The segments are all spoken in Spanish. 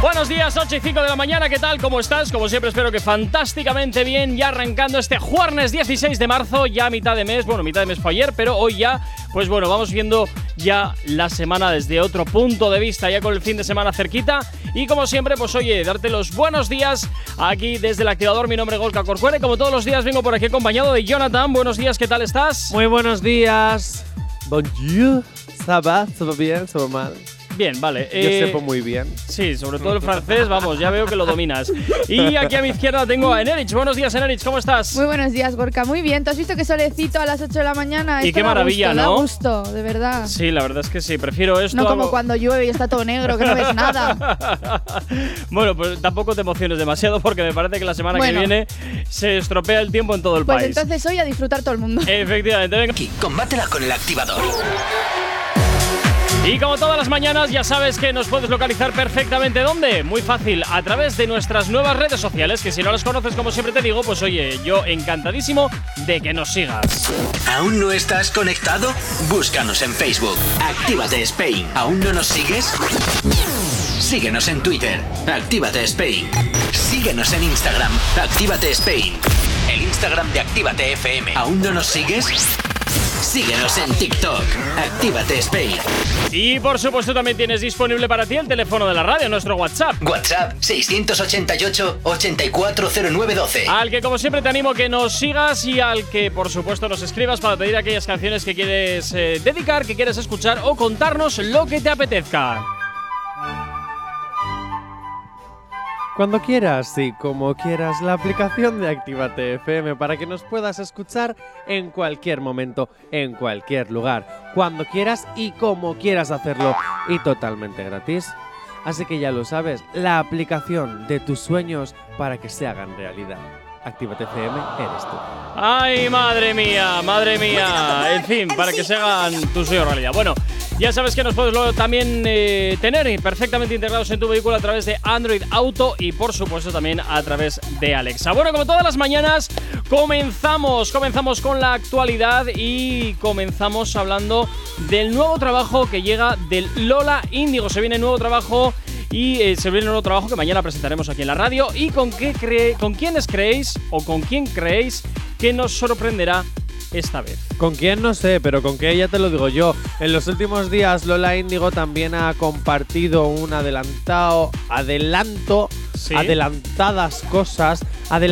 Buenos días, 8 y 5 de la mañana, ¿qué tal? ¿Cómo estás? Como siempre, espero que fantásticamente bien, ya arrancando este jueves 16 de marzo, ya mitad de mes, bueno, mitad de mes fue ayer, pero hoy ya, pues bueno, vamos viendo ya la semana desde otro punto de vista, ya con el fin de semana cerquita, y como siempre, pues oye, darte los buenos días aquí desde el activador, mi nombre es Golka Corcuere, como todos los días vengo por aquí acompañado de Jonathan, buenos días, ¿qué tal estás? Muy buenos días. Bonjour. Ça va? Ça va bien? Ça va mal? Bien, vale. Yo eh, sepo muy bien. Sí, sobre todo el francés, vamos, ya veo que lo dominas. Y aquí a mi izquierda tengo a Enerich. Buenos días, Enerich, ¿cómo estás? Muy buenos días, Gorka. Muy bien. ¿Tú has visto que solecito a las 8 de la mañana? Y Esto qué da maravilla, gusto, ¿no? Da gusto, de verdad. Sí, la verdad es que sí, prefiero esto. no a como lo- cuando llueve y está todo negro, que no ves nada. bueno, pues tampoco te emociones demasiado porque me parece que la semana Bueno. que viene se estropea el tiempo en todo el Pues país. entonces hoy a disfrutar todo el mundo. Eh, Efectivamente, venga. Aquí, combátela con El Activador. Y como todas las mañanas, ya sabes que nos puedes localizar perfectamente. ¿Dónde? Muy fácil, a través de nuestras nuevas redes sociales, que si no las conoces, como siempre te digo, pues oye, yo encantadísimo de que nos sigas. ¿Aún no estás conectado? Búscanos en Facebook. Actívate Spain. ¿Aún no nos sigues? Síguenos en Twitter. Actívate Spain. Síguenos en Instagram. Actívate Spain. El Instagram de Actívate FM. ¿Aún no nos sigues? Síguenos en TikTok. Actívate Spain. Y por supuesto también tienes disponible para ti el teléfono de la radio, nuestro WhatsApp. WhatsApp 688 840912. Al que como siempre te animo que nos sigas y al que por supuesto nos escribas para pedir aquellas canciones que quieres eh, dedicar, que quieres escuchar o contarnos lo que te apetezca. Cuando quieras y como quieras, la aplicación de Actívate FM para que nos puedas escuchar en cualquier momento, en cualquier lugar, cuando quieras y como quieras hacerlo, y totalmente gratis. Así que ya lo sabes, la aplicación de tus sueños para que se hagan realidad. Actívate FM eres tú. Ay, madre mía, madre mía. En fin, para que se hagan tus sueños realidad. Bueno, ya sabes que nos puedes luego también eh, tener perfectamente integrados en tu vehículo a través de Android Auto y por supuesto también a través de Alexa. Bueno, como todas las mañanas, comenzamos, comenzamos con la actualidad y comenzamos hablando del nuevo trabajo que llega del Lola Índigo. Se viene nuevo trabajo y eh, se viene un nuevo trabajo que mañana presentaremos aquí en la radio. ¿Y con, qué cree, con quiénes creéis o con quién creéis que nos sorprenderá esta vez? Con quién no sé, pero con qué ya te lo digo yo. En los últimos días Lola Índigo también ha compartido un adelantado, adelanto, Sí. adelantadas cosas,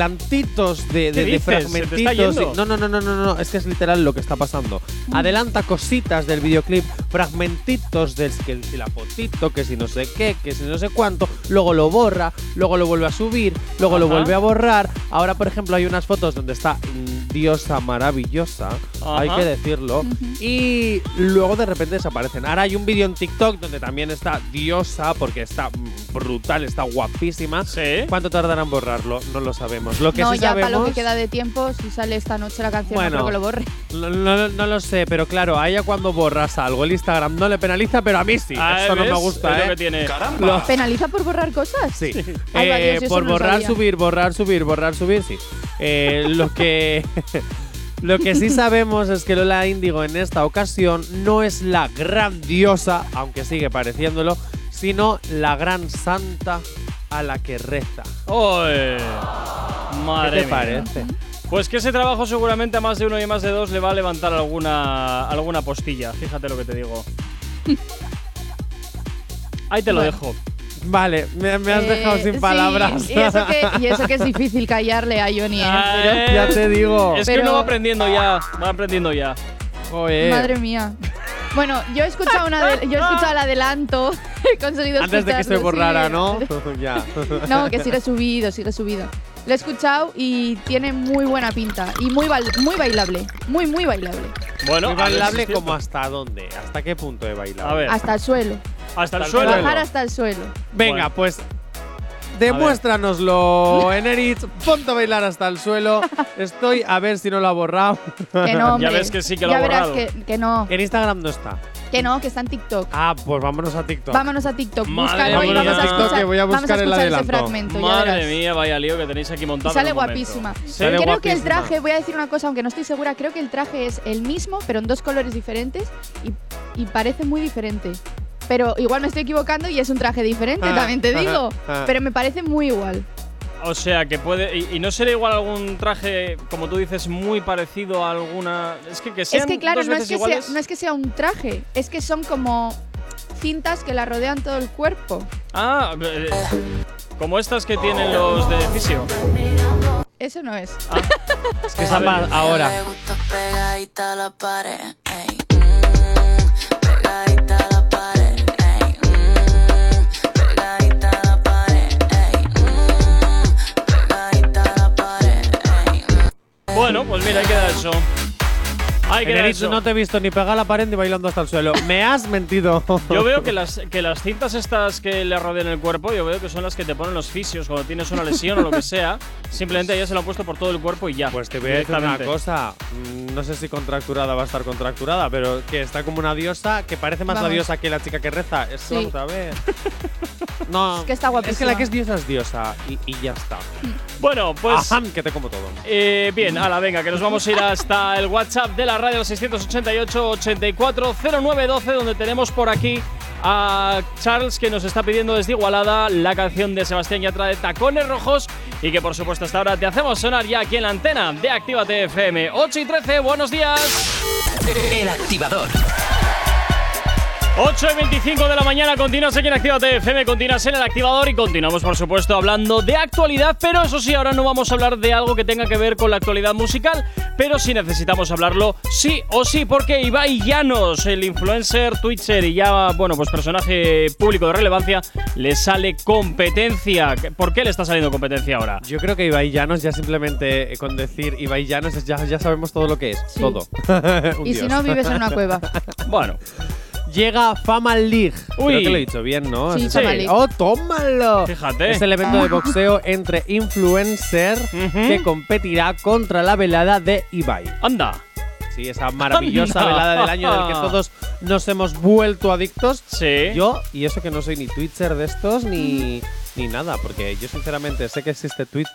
adelantitos de, de- de dices? ¿Se te está fragmentitos. yendo? Mm. No, no, no, no, no, no, es que es literal lo que está pasando. Adelanta cositas del videoclip, fragmentitos del que si la fotito, que si no sé qué, que si no sé cuánto, luego lo borra, luego lo vuelve a subir, luego lo Ajá. vuelve a borrar. Ahora, por ejemplo, hay unas fotos donde está mm, diosa maravillosa, Ajá. hay que decirlo, y luego de repente desaparecen. Ahora hay un vídeo en TikTok donde también está diosa porque está mm, brutal, está guapísima. Sí. ¿Cuánto tardarán en borrarlo? No lo sabemos. Lo que no, sí ya sabemos para lo que queda de tiempo, si sale esta noche la canción, Bueno. no creo que lo borre. no, no- no lo sé, pero claro, a ella cuando borras algo, el Instagram no le penaliza, pero a mí sí. Ah, Eso no ¿ves? me Es gusta, lo que ¿eh? tiene. Lo- ¿Penaliza por borrar cosas? sí. Ay, va, Eh, Dios, yo eso por no lo borrar, sabía. subir, borrar, subir, borrar, subir, sí. Eh, lo que. Lo que sí sabemos es que Lola Índigo en esta ocasión no es la gran diosa, aunque sigue pareciéndolo, sino la gran santa a la que reza. ¡Oy! ¿Qué Madre te mía. parece? Pues que ese trabajo seguramente a más de uno y más de dos le va a levantar alguna, alguna postilla. Fíjate lo que te digo. Ahí te lo Bueno. dejo. Vale, me, me has Eh, dejado sin sí, palabras. Y eso, que, y eso que es difícil callarle a Johnny. ¿eh? Ah, Pero- eh, ya te digo. Es que Pero- uno va aprendiendo ya. Va aprendiendo ya. Joder. Madre mía. Bueno, yo he escuchado, una de- yo he escuchado el adelanto. he conseguido Antes de que se escucharlo, borrara, sí. ¿no? ya. No, que sigue subido, sigue subido. Lo he escuchado y tiene muy buena pinta. Y muy, bail- muy bailable. Muy, muy bailable. Bueno, Muy a ver si bailable es cierto. como hasta dónde, hasta qué punto he bailado. A ver, Hasta el suelo. hasta el hasta el suelo. suelo. Bajar hasta el suelo. Venga, Bueno. pues demuéstranoslo, Eneritz. Ponte a bailar hasta el suelo. Estoy a ver si no lo ha borrado. Que no, hombre. ves que sí que lo Ya ha verás borrado. que, que no. En Instagram no está. Que no, que está en TikTok. Ah, pues vámonos a TikTok. Vámonos a TikTok, Madre búscalo y mía. vamos a TikTok, escuchar, que voy a vamos buscar el escuchar ese adelanto. fragmento. ya Madre verás. mía, vaya lío que tenéis aquí montado. Y sale en un momento. guapísima. Sí. Sale Pero creo que el guapísima. traje, voy a decir una cosa, aunque no estoy segura, creo que el traje es el mismo, pero en dos colores diferentes y, y parece muy diferente. Pero igual me estoy equivocando y es un traje diferente, Ah, también te ah, digo. ah. Pero me parece muy igual. O sea, que puede. Y, y no será igual algún traje, como tú dices, muy parecido a alguna. Es que que sean es que claro, dos no es veces que, sea, iguales. no es que sea un traje, es que son como cintas que la rodean todo el cuerpo. Ah, eh, como estas que tienen los de fisio. Eso no es. Es que Esa pa- ahora. Le gusta pegadita a la pared. ey, mm, pegadita a la pared. ey, mm, pegadita a la pared. ey, mm, pegadita a la pared. ey, mm. Bueno, pues mira, ahí queda eso. Ahí queda Eneritz, eso. no te he visto ni pegar la pared ni bailando hasta el suelo. Me has mentido. Yo veo que las, que las cintas estas que le rodean el cuerpo, yo veo que son las que te ponen los fisios cuando tienes una lesión o lo que sea. Simplemente ella se lo han puesto por todo el cuerpo y ya. Pues te voy a decir una directamente. cosa. Mm, No sé si contracturada va a estar contracturada, pero que está como una diosa que parece más la Vamos. diosa que la chica que reza. Eso Sí. vamos a ver. No. Es que está Es que la guapísima. que es diosa es diosa. Y, y ya está. Bueno, pues. Ajam, que te como todo. Eh, bien, ala, venga, que nos vamos a ir hasta el WhatsApp de la radio 688-840912, donde tenemos por aquí a Charles que nos está pidiendo desde Igualada la canción de Sebastián Yatra de Tacones Rojos y que por supuesto hasta ahora te hacemos sonar ya aquí en la antena de Actívate FM 8 y 13, buenos días. El activador. 8 y 25 de la mañana, continúas aquí en Actívate FM, continúas en el activador y continuamos por supuesto hablando de actualidad, pero eso sí, ahora no vamos a hablar de algo que tenga que ver con la actualidad musical, pero sí necesitamos hablarlo sí o sí, porque Ibai Llanos, el influencer, twitcher y ya, bueno, pues personaje público de relevancia, le sale competencia. ¿Por qué le está saliendo competencia ahora? Yo creo que Ibai Llanos ya simplemente eh, con decir Ibai Llanos es- ya, ya sabemos todo lo que es. Sí. Todo. Un y si dios. no, vives en una cueva. Bueno, Llega Fama League. Uy. Creo que lo he dicho bien, ¿no? Sí, Así se Fama llama. League. ¡Oh, tómalo! Fíjate. Es el evento de boxeo entre influencer Ujú. que competirá contra la velada de Ibai. anda. Sí, esa maravillosa Anda. velada del año del que todos nos hemos vuelto adictos. Sí. Yo, y eso que no soy ni Twitcher de estos ni, ni nada, porque yo sinceramente sé que existe Twitch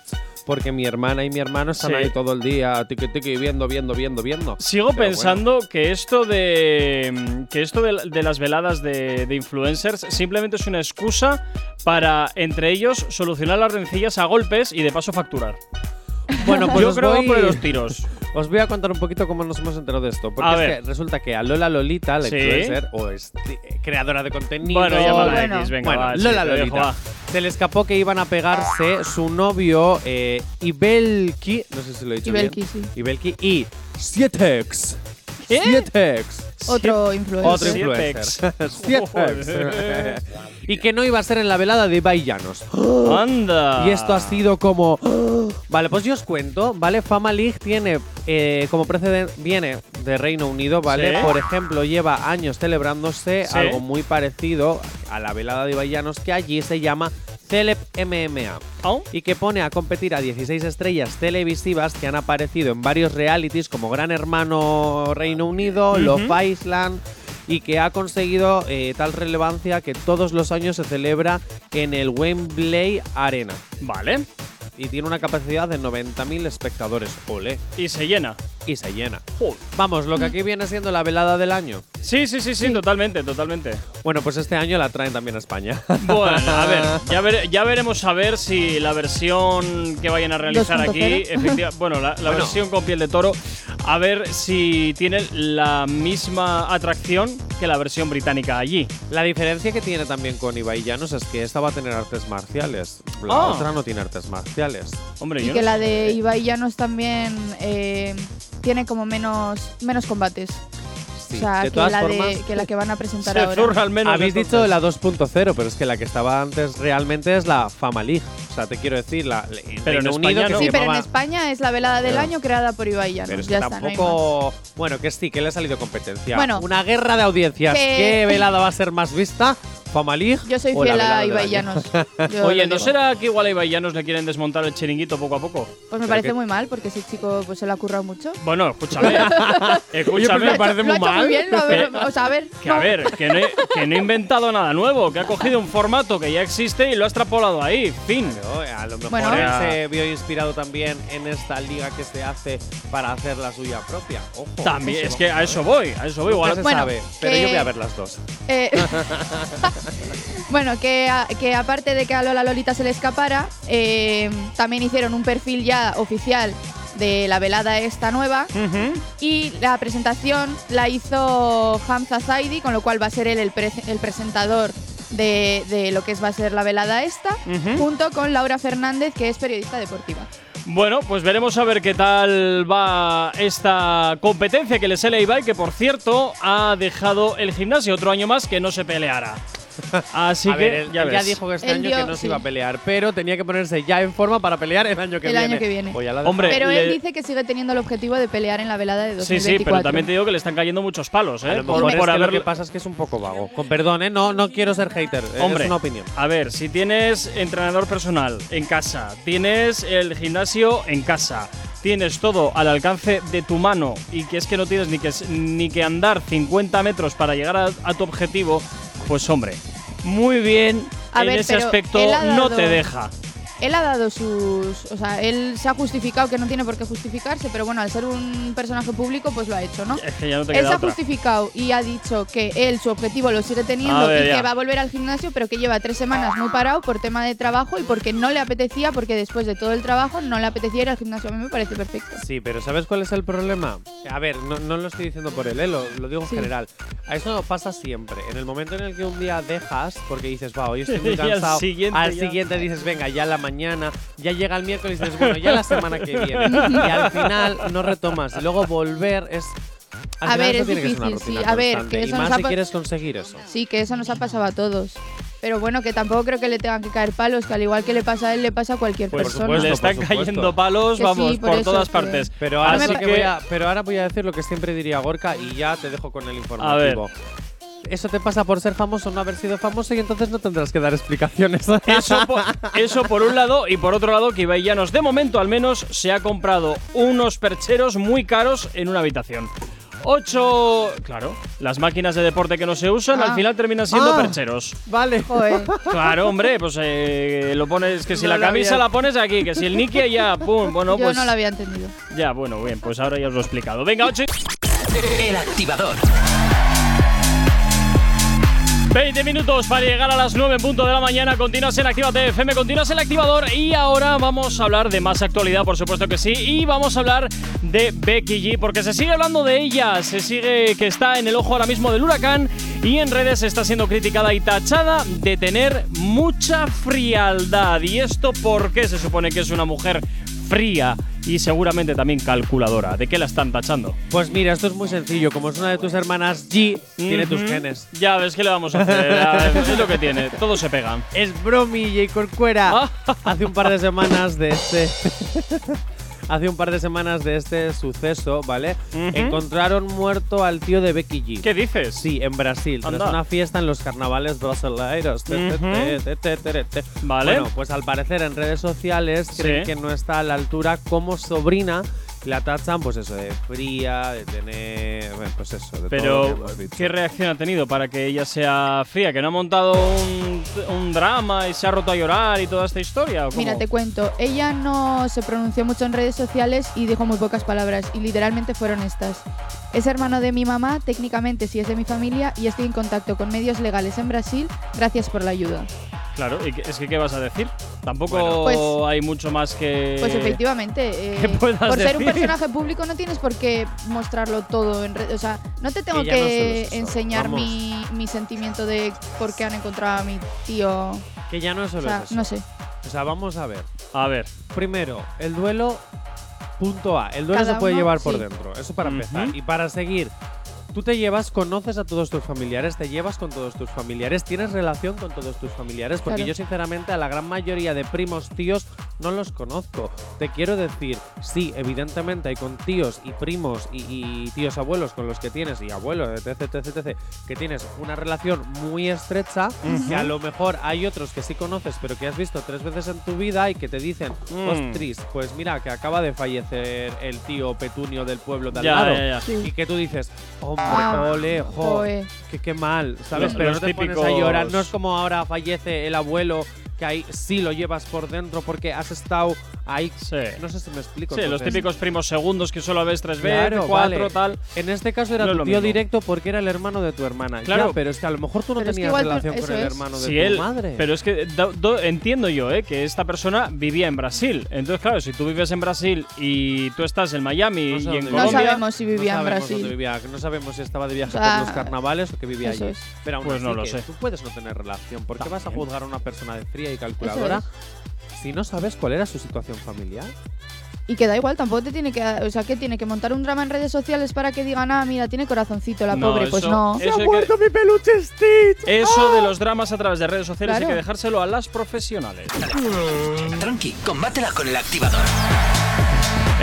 porque mi hermana y mi hermano están Sí. ahí todo el día, tiqui tiqui, viendo, viendo, viendo, viendo. Sigo Pero bueno. pensando que esto de que esto de, de las veladas de, de influencers simplemente es una excusa para entre ellos solucionar las rencillas a golpes y de paso facturar. Bueno, pues Yo os creo voy- por los tiros. Os voy a contar un poquito cómo nos hemos enterado de esto. Porque A es ver. que resulta que a Lola Lolita, la Sí. influencer, o es- eh, creadora de contenido. bueno, llámala bueno. X, venga, Bueno, va, sí, Lola te dejo, Lolita. va. Se le escapó que iban a pegarse su novio eh, Ibelki. No sé si lo he dicho Ibelki, bien. sí. Ibelki y Sietex. ¿Eh? Sietex. Otro influencer. Otro influencer. Sietex. Joder. Sietex. y que no iba a ser en la velada de Ibai Llanos. Anda. Y esto ha sido como. Vale, pues yo os cuento, ¿vale? Fama League tiene eh, como precedente. Viene de Reino Unido, ¿vale? Sí. Por ejemplo, lleva años celebrándose Sí. algo muy parecido a la velada de Ibayanos, que allí se llama Celeb MMA. Oh, Y que pone a competir a 16 estrellas televisivas que han aparecido en varios realities como Gran Hermano Reino Unido, Ujú. Love Island y que ha conseguido eh, tal relevancia que todos los años se celebra en el Wembley Arena Vale. y tiene una capacidad de 90.000 espectadores. Ole, Y se llena. y se llena. Joder. Vamos, lo que aquí viene siendo la velada del año. Sí, sí, sí, sí, totalmente, totalmente. Bueno, pues este año la traen también a España. Bueno, a ver, ya, vere- ya veremos a ver si la versión que vayan a realizar aquí, 2.0. efectiva- bueno, la, la versión con piel de toro, a ver si tiene la misma atracción que la versión británica allí. la diferencia que tiene también con Ibai Llanos es que esta va a tener artes marciales. La Ah. otra no tiene artes marciales. Hombre, Y yo que no la sé. de Ibai Llanos también eh, tiene como menos, menos combates. Sí, o sea, de que todas la, de- formas, que la que van a presentar se zurra ahora. al menos. habéis entonces. dicho la 2.0, pero es que la que estaba antes realmente es la Fama League. O sea, te quiero decir, la en Pero en Reino España Unido que no. se Sí, pero en llamaba- España es la velada del Pero- año creada por Ibai Llanos. Pero es que ya está, no hay más. tampoco. bueno, que sí, que le ha salido competencia. Bueno. Una guerra de audiencias. Que- ¿Qué velada va a ser más vista? Famalig. Yo soy o la fiel a velada del Ibai año. Llanos. Yo Oye, lo ¿no digo. será que igual a Ibai Llanos le quieren desmontar el chiringuito poco a poco? Pues me parece muy mal, porque ese chico pues, se lo ha currado mucho. Bueno, escúchame. eh, escúchame. Lo ha hecho- parece lo muy ha hecho mal. bien, lo ha- Que- o sea, a ver. Que a no. ver, que no, he, que no he inventado nada nuevo, que ha cogido un formato que ya existe y lo ha extrapolado ahí. Fin. Pero, eh, a lo mejor Bueno. él se vio inspirado también en esta liga que se hace para hacer la suya propia. Ojo. También, es que a eso voy, a eso voy. Nunca Igual, se Bueno, sabe, pero yo que- voy a ver las dos. Eh, bueno, que, a- que aparte de que a Lola Lolita se le escapara, eh, también hicieron un perfil ya oficial de la velada esta nueva Ujú. y la presentación la hizo Hamza Zaidi, con lo cual va a ser él el, pre- el presentador de, de lo que es, va a ser la velada esta, Ujú. junto con Laura Fernández, que es periodista deportiva. Bueno, pues veremos a ver qué tal va esta competencia que le sale a Ibai, que por cierto ha dejado el gimnasio otro año más que no se peleara. Así a que ver, él- ya él ves. dijo que este Él año que dio- no se sí. iba a pelear, pero tenía que ponerse ya en forma para pelear el año que El viene. año que viene. Pues ya la ha Hombre, Pero él le- dice que sigue teniendo el objetivo de pelear en la velada de 2024. Sí, sí, pero también te digo que le están cayendo muchos palos, ¿eh? dejado. a lo mejor es que haber lo que pasa es que es un poco vago. Con perdón, ¿eh? no, no quiero ser hater. eh, Hombre, es una opinión. a ver, si tienes entrenador personal en casa, tienes el gimnasio en casa, tienes todo al alcance de tu mano y que es que no tienes ni que, s- ni que andar 50 metros para llegar a, a tu objetivo, pues hombre, muy bien, A en ver, ese pero aspecto él ha no dado- te deja. Él ha dado sus. O sea, él se ha justificado que no tiene por qué justificarse, pero bueno, al ser un personaje público, pues lo ha hecho, ¿no? Es que ya no te Él se queda ha otra. justificado y ha dicho que él su objetivo lo sigue A teniendo ver, y ya. que va a volver al gimnasio, pero que lleva tres semanas muy parado por tema de trabajo y porque no le apetecía, porque después de todo el trabajo no le apetecía ir al gimnasio. A mí me parece perfecto. Sí, pero ¿sabes cuál es el problema? A ver, no, no lo estoy diciendo por él, ¿eh? lo, lo digo en Sí. general. A eso nos pasa siempre. En el momento en el que un día dejas, porque dices, va, hoy estoy Y muy al cansado. siguiente al ya. siguiente dices, venga, ya la mañana, ya llega el miércoles y dices, bueno, ya la semana que viene. y al final no retomas. Y luego volver es. al A final ver, eso es tiene que ser una difícil, sí. rutina A ver, constante. que Y eso más nos ha si pa- quieres conseguir eso. Sí, que eso nos ha pasado a todos. Pero bueno, que tampoco creo que le tengan que caer palos, que al igual que le pasa a él, le pasa a cualquier Pues, por persona. supuesto, le están por supuesto. cayendo palos, Que sí, vamos, por por, eso, todas que- partes. Pero ahora, me sí pa- que voy a, pero ahora voy a decir lo que siempre diría Gorka y ya te dejo con el informativo. Eso te pasa por ser famoso, no haber sido famoso y entonces no tendrás que dar explicaciones. Eso por, eso por un lado y por otro lado que Ibai Llanos de momento al menos se ha comprado unos percheros muy caros en una habitación. Ocho, claro, las máquinas de deporte que no se usan Ah. al final terminan siendo Ah. percheros. vale. Joder. Claro, hombre, pues eh, lo pones, que si No la lo camisa había- la pones aquí, que si el Nike ya, pum, bueno, Yo pues no lo había entendido. ya, bueno, bien, pues ahora ya os lo he explicado. Venga, 8 El activador. 20 minutos para llegar a las 9 en punto de la mañana. Continúas en Actívate FM, continúas en el activador. Y ahora vamos a hablar de más actualidad, por supuesto que sí. Y vamos a hablar de Becky G, porque se sigue hablando de ella. Se sigue que está en el ojo ahora mismo del huracán. Y en redes está siendo criticada y tachada de tener mucha frialdad. ¿Y esto porque se supone que es una mujer fría y seguramente también calculadora? ¿De qué la están tachando? Pues mira, esto es muy sencillo. Como es una de tus hermanas, G tiene tus Ujú. genes. Ya ves que le vamos a hacer. Es lo que tiene. Todo se pega. Es bromi, J. Corcuera. Ah. Hace un par de semanas de este. Hace un par de semanas de este suceso, ¿vale? Ujú. Encontraron muerto al tío de Becky G. ¿Qué dices? Sí, en Brasil, tras Anda. una fiesta en los carnavales brasileiros. Te, te, Ujú. te, te, te, te, te. Vale. Bueno, pues al parecer en redes sociales Sí. creen que no está a la altura como sobrina. y La tachan, pues eso, de fría, de tener. bueno, Pues eso, de todo lo Pero, que hemos dicho. ¿qué reacción ha tenido para que ella sea fría? ¿Que no ha montado un, un drama y se ha roto a llorar y toda esta historia? ¿o cómo? Mira, te cuento, ella no se pronunció mucho en redes sociales y dijo muy pocas palabras y literalmente fueron estas. Es hermano de mi mamá, técnicamente sí es de mi familia y estoy en contacto con medios legales en Brasil, gracias por la ayuda. Claro, y que- es que ¿qué vas a decir? Tampoco Bueno. hay mucho más que... Pues efectivamente, eh, ¿qué puedas por ser un decir? personaje público no tienes por qué mostrarlo todo en redes, o sea, no te tengo Ella no solo que es eso, enseñar vamos. mi, mi sentimiento de por qué han encontrado a mi tío, Que ya no es o solo sea, es eso. no sé. O sea, vamos a ver. A ver, Primero, el duelo. Punto A. El duelo Cada se puede uno, llevar por sí. dentro. Eso para Ujú. empezar. Y para seguir, tú te llevas, conoces a todos tus familiares, te llevas con todos tus familiares, tienes relación con todos tus familiares. Porque Claro. yo, sinceramente, a la gran mayoría de primos, tíos, no los conozco. Te quiero decir, sí, evidentemente hay con tíos y primos y, y tíos abuelos con los que tienes y abuelos, etc, etc, etc, que tienes una relación muy estrecha, que a lo mejor hay otros que sí conoces, pero que has visto tres veces en tu vida y que te dicen, Mm. ostris, pues mira, que acaba de fallecer el tío Petunio del pueblo de al Ya, lado. ya, ya. Y que tú dices, hombre, Ah, ole, jo, joe. que qué mal, ¿sabes? Los- Pero los no te pones a típicos- llorar, no es como ahora fallece el abuelo, que ahí sí lo llevas por dentro porque has estado ahí. Sí. No sé si me explico. Sí, los entonces. típicos primos segundos que solo ves tres veces, Claro, cuatro, vale. tal. En este caso era No es tu lo tío mismo. directo porque era el hermano de tu hermana. Claro. Ya, pero es que a lo mejor tú no Pero es que tenías igual tú- relación con eso el es. hermano de Si tu él, madre. pero es que do- do- entiendo yo, ¿eh? que esta persona vivía en Brasil. Entonces, claro, si tú vives en Brasil y tú estás en Miami No sé y en dónde Colombia, No sabemos si vivía no en sabemos dónde Brasil. vivía, no sabemos si estaba de viaje O sea, por los carnavales o que vivía eso allí. es. Pero aún Pues así no lo que sé. Tú puedes no tener relación. ¿Por qué vas a También. juzgar a una persona de fría y calculadora si no sabes cuál era su situación familiar? Y que da igual, tampoco te tiene que. O sea, que tiene que montar un drama en redes sociales para que digan, ah, mira, tiene corazoncito la No, pobre. pues eso- no. ¡Ah! ¡Se ha hay que- muerto mi peluche Stitch! eso de los dramas a través de redes sociales hay Claro. que dejárselo a las profesionales. Tranqui, combátela con el activador.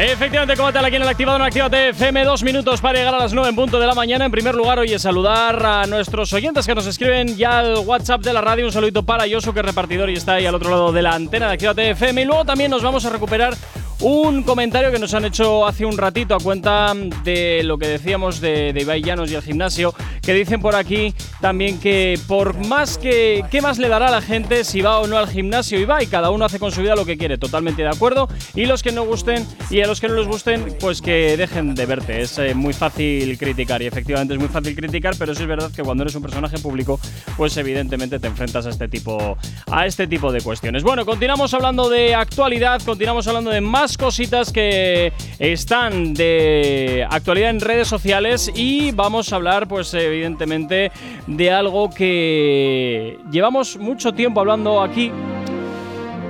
Efectivamente, combate aquí en el activador, en Actívate FM, dos minutos para llegar a las 9 en punto de la mañana. En primer lugar, oye, saludar a nuestros oyentes que nos escriben ya al WhatsApp de la radio. Un saludito para Yosu, que es repartidor y está ahí al otro lado de la antena de Actívate FM. Y luego también nos vamos a recuperar un comentario que nos han hecho hace un ratito a cuenta de lo que decíamos de, de Ibai Llanos y el gimnasio, que dicen por aquí también que por más que, ¿qué más le dará a la gente si va o no al gimnasio Ibai? Cada uno hace con su vida lo que quiere, totalmente de acuerdo. Y los que no gusten, y a los que no les gusten, pues que dejen de verte. Es eh, muy fácil criticar y efectivamente es muy fácil criticar, pero sí es verdad que cuando eres un personaje público, pues evidentemente te enfrentas a este tipo a este tipo de cuestiones. Bueno, continuamos hablando de actualidad, continuamos hablando de más cositas que están de actualidad en redes sociales y vamos a hablar pues evidentemente de algo que llevamos mucho tiempo hablando aquí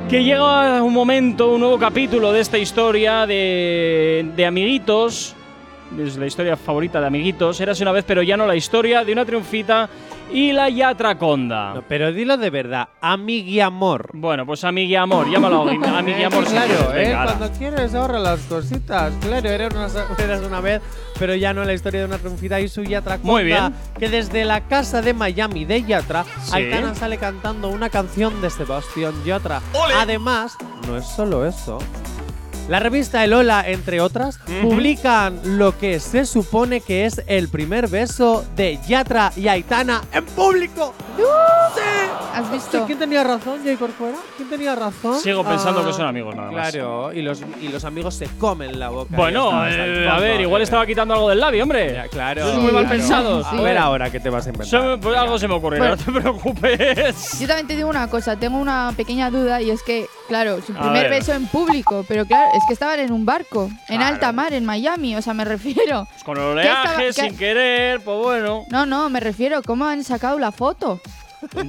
que llega un momento, un nuevo capítulo de esta historia de, de amiguitos. Es la historia favorita de amiguitos. Érase una vez, pero ya no la historia de una triunfita y la yatraconda. pero dilo de verdad, amigui amor. Bueno, pues amigui amor, llámalo amigui- amigui amor. si quieres, claro, ¿eh? venga, ala. Cuando quieres ahorra las cositas. Claro, eras una, eras una vez, pero ya no la historia de una triunfita y su Yatra Muy Conda, bien. Que desde la casa de Miami de Yatra, Sí. Aitana sale cantando una canción de Sebastián Yatra. Además, no es solo eso. La revista El Hola, entre otras, publican lo que se supone que es el primer beso de Yatra y Aitana en público. ¡Sí! ¿Has Sí, visto? ¿Quién tenía razón, Jay Corcuera? ¿Quién tenía razón? Sigo pensando Ah, que son amigos nada más. Claro, y los, y los amigos se comen la boca. Bueno, Ya está, hasta el eh, fondo, a ver, igual eh. estaba quitando algo del labio, hombre. Ya, claro. Sois muy mal claro. pensados. A Sí. ver ahora qué te vas a Se inventar. me- pues algo se me ocurrirá, no te preocupes. Yo también te digo una cosa, tengo una pequeña duda y es que, claro, su A ver. primer beso en público, pero claro, es que estaban en un barco, en Claro. alta mar, en Miami, o sea, me refiero. Con el oleaje, estaba- sin qué- querer, pues bueno. No, no, me refiero, ¿cómo han sacado la foto?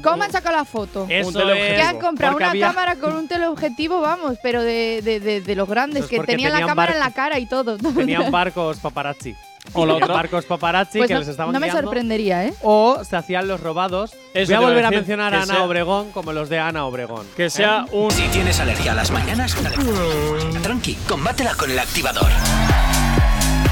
¿Cómo han sacado la foto? Eso Un es. teleobjetivo. Que han comprado Eh, porque una había- cámara con un teleobjetivo, vamos, pero de, de, de, de los grandes, Eso es que porque tenían la tenían cámara bar- en la cara y todo. Tenían barcos paparazzi. O la Tenían otra. Barcos paparazzi Pues que no, les estaban no me guiando. sorprendería, ¿eh? O se hacían los robados. Eso te Voy iba a a volver a, decir, mencionar que a Ana sea- Obregón como los de Ana Obregón. ¿eh? Que sea un Si tienes alergia a las mañanas, tranqui, combátela con el activador.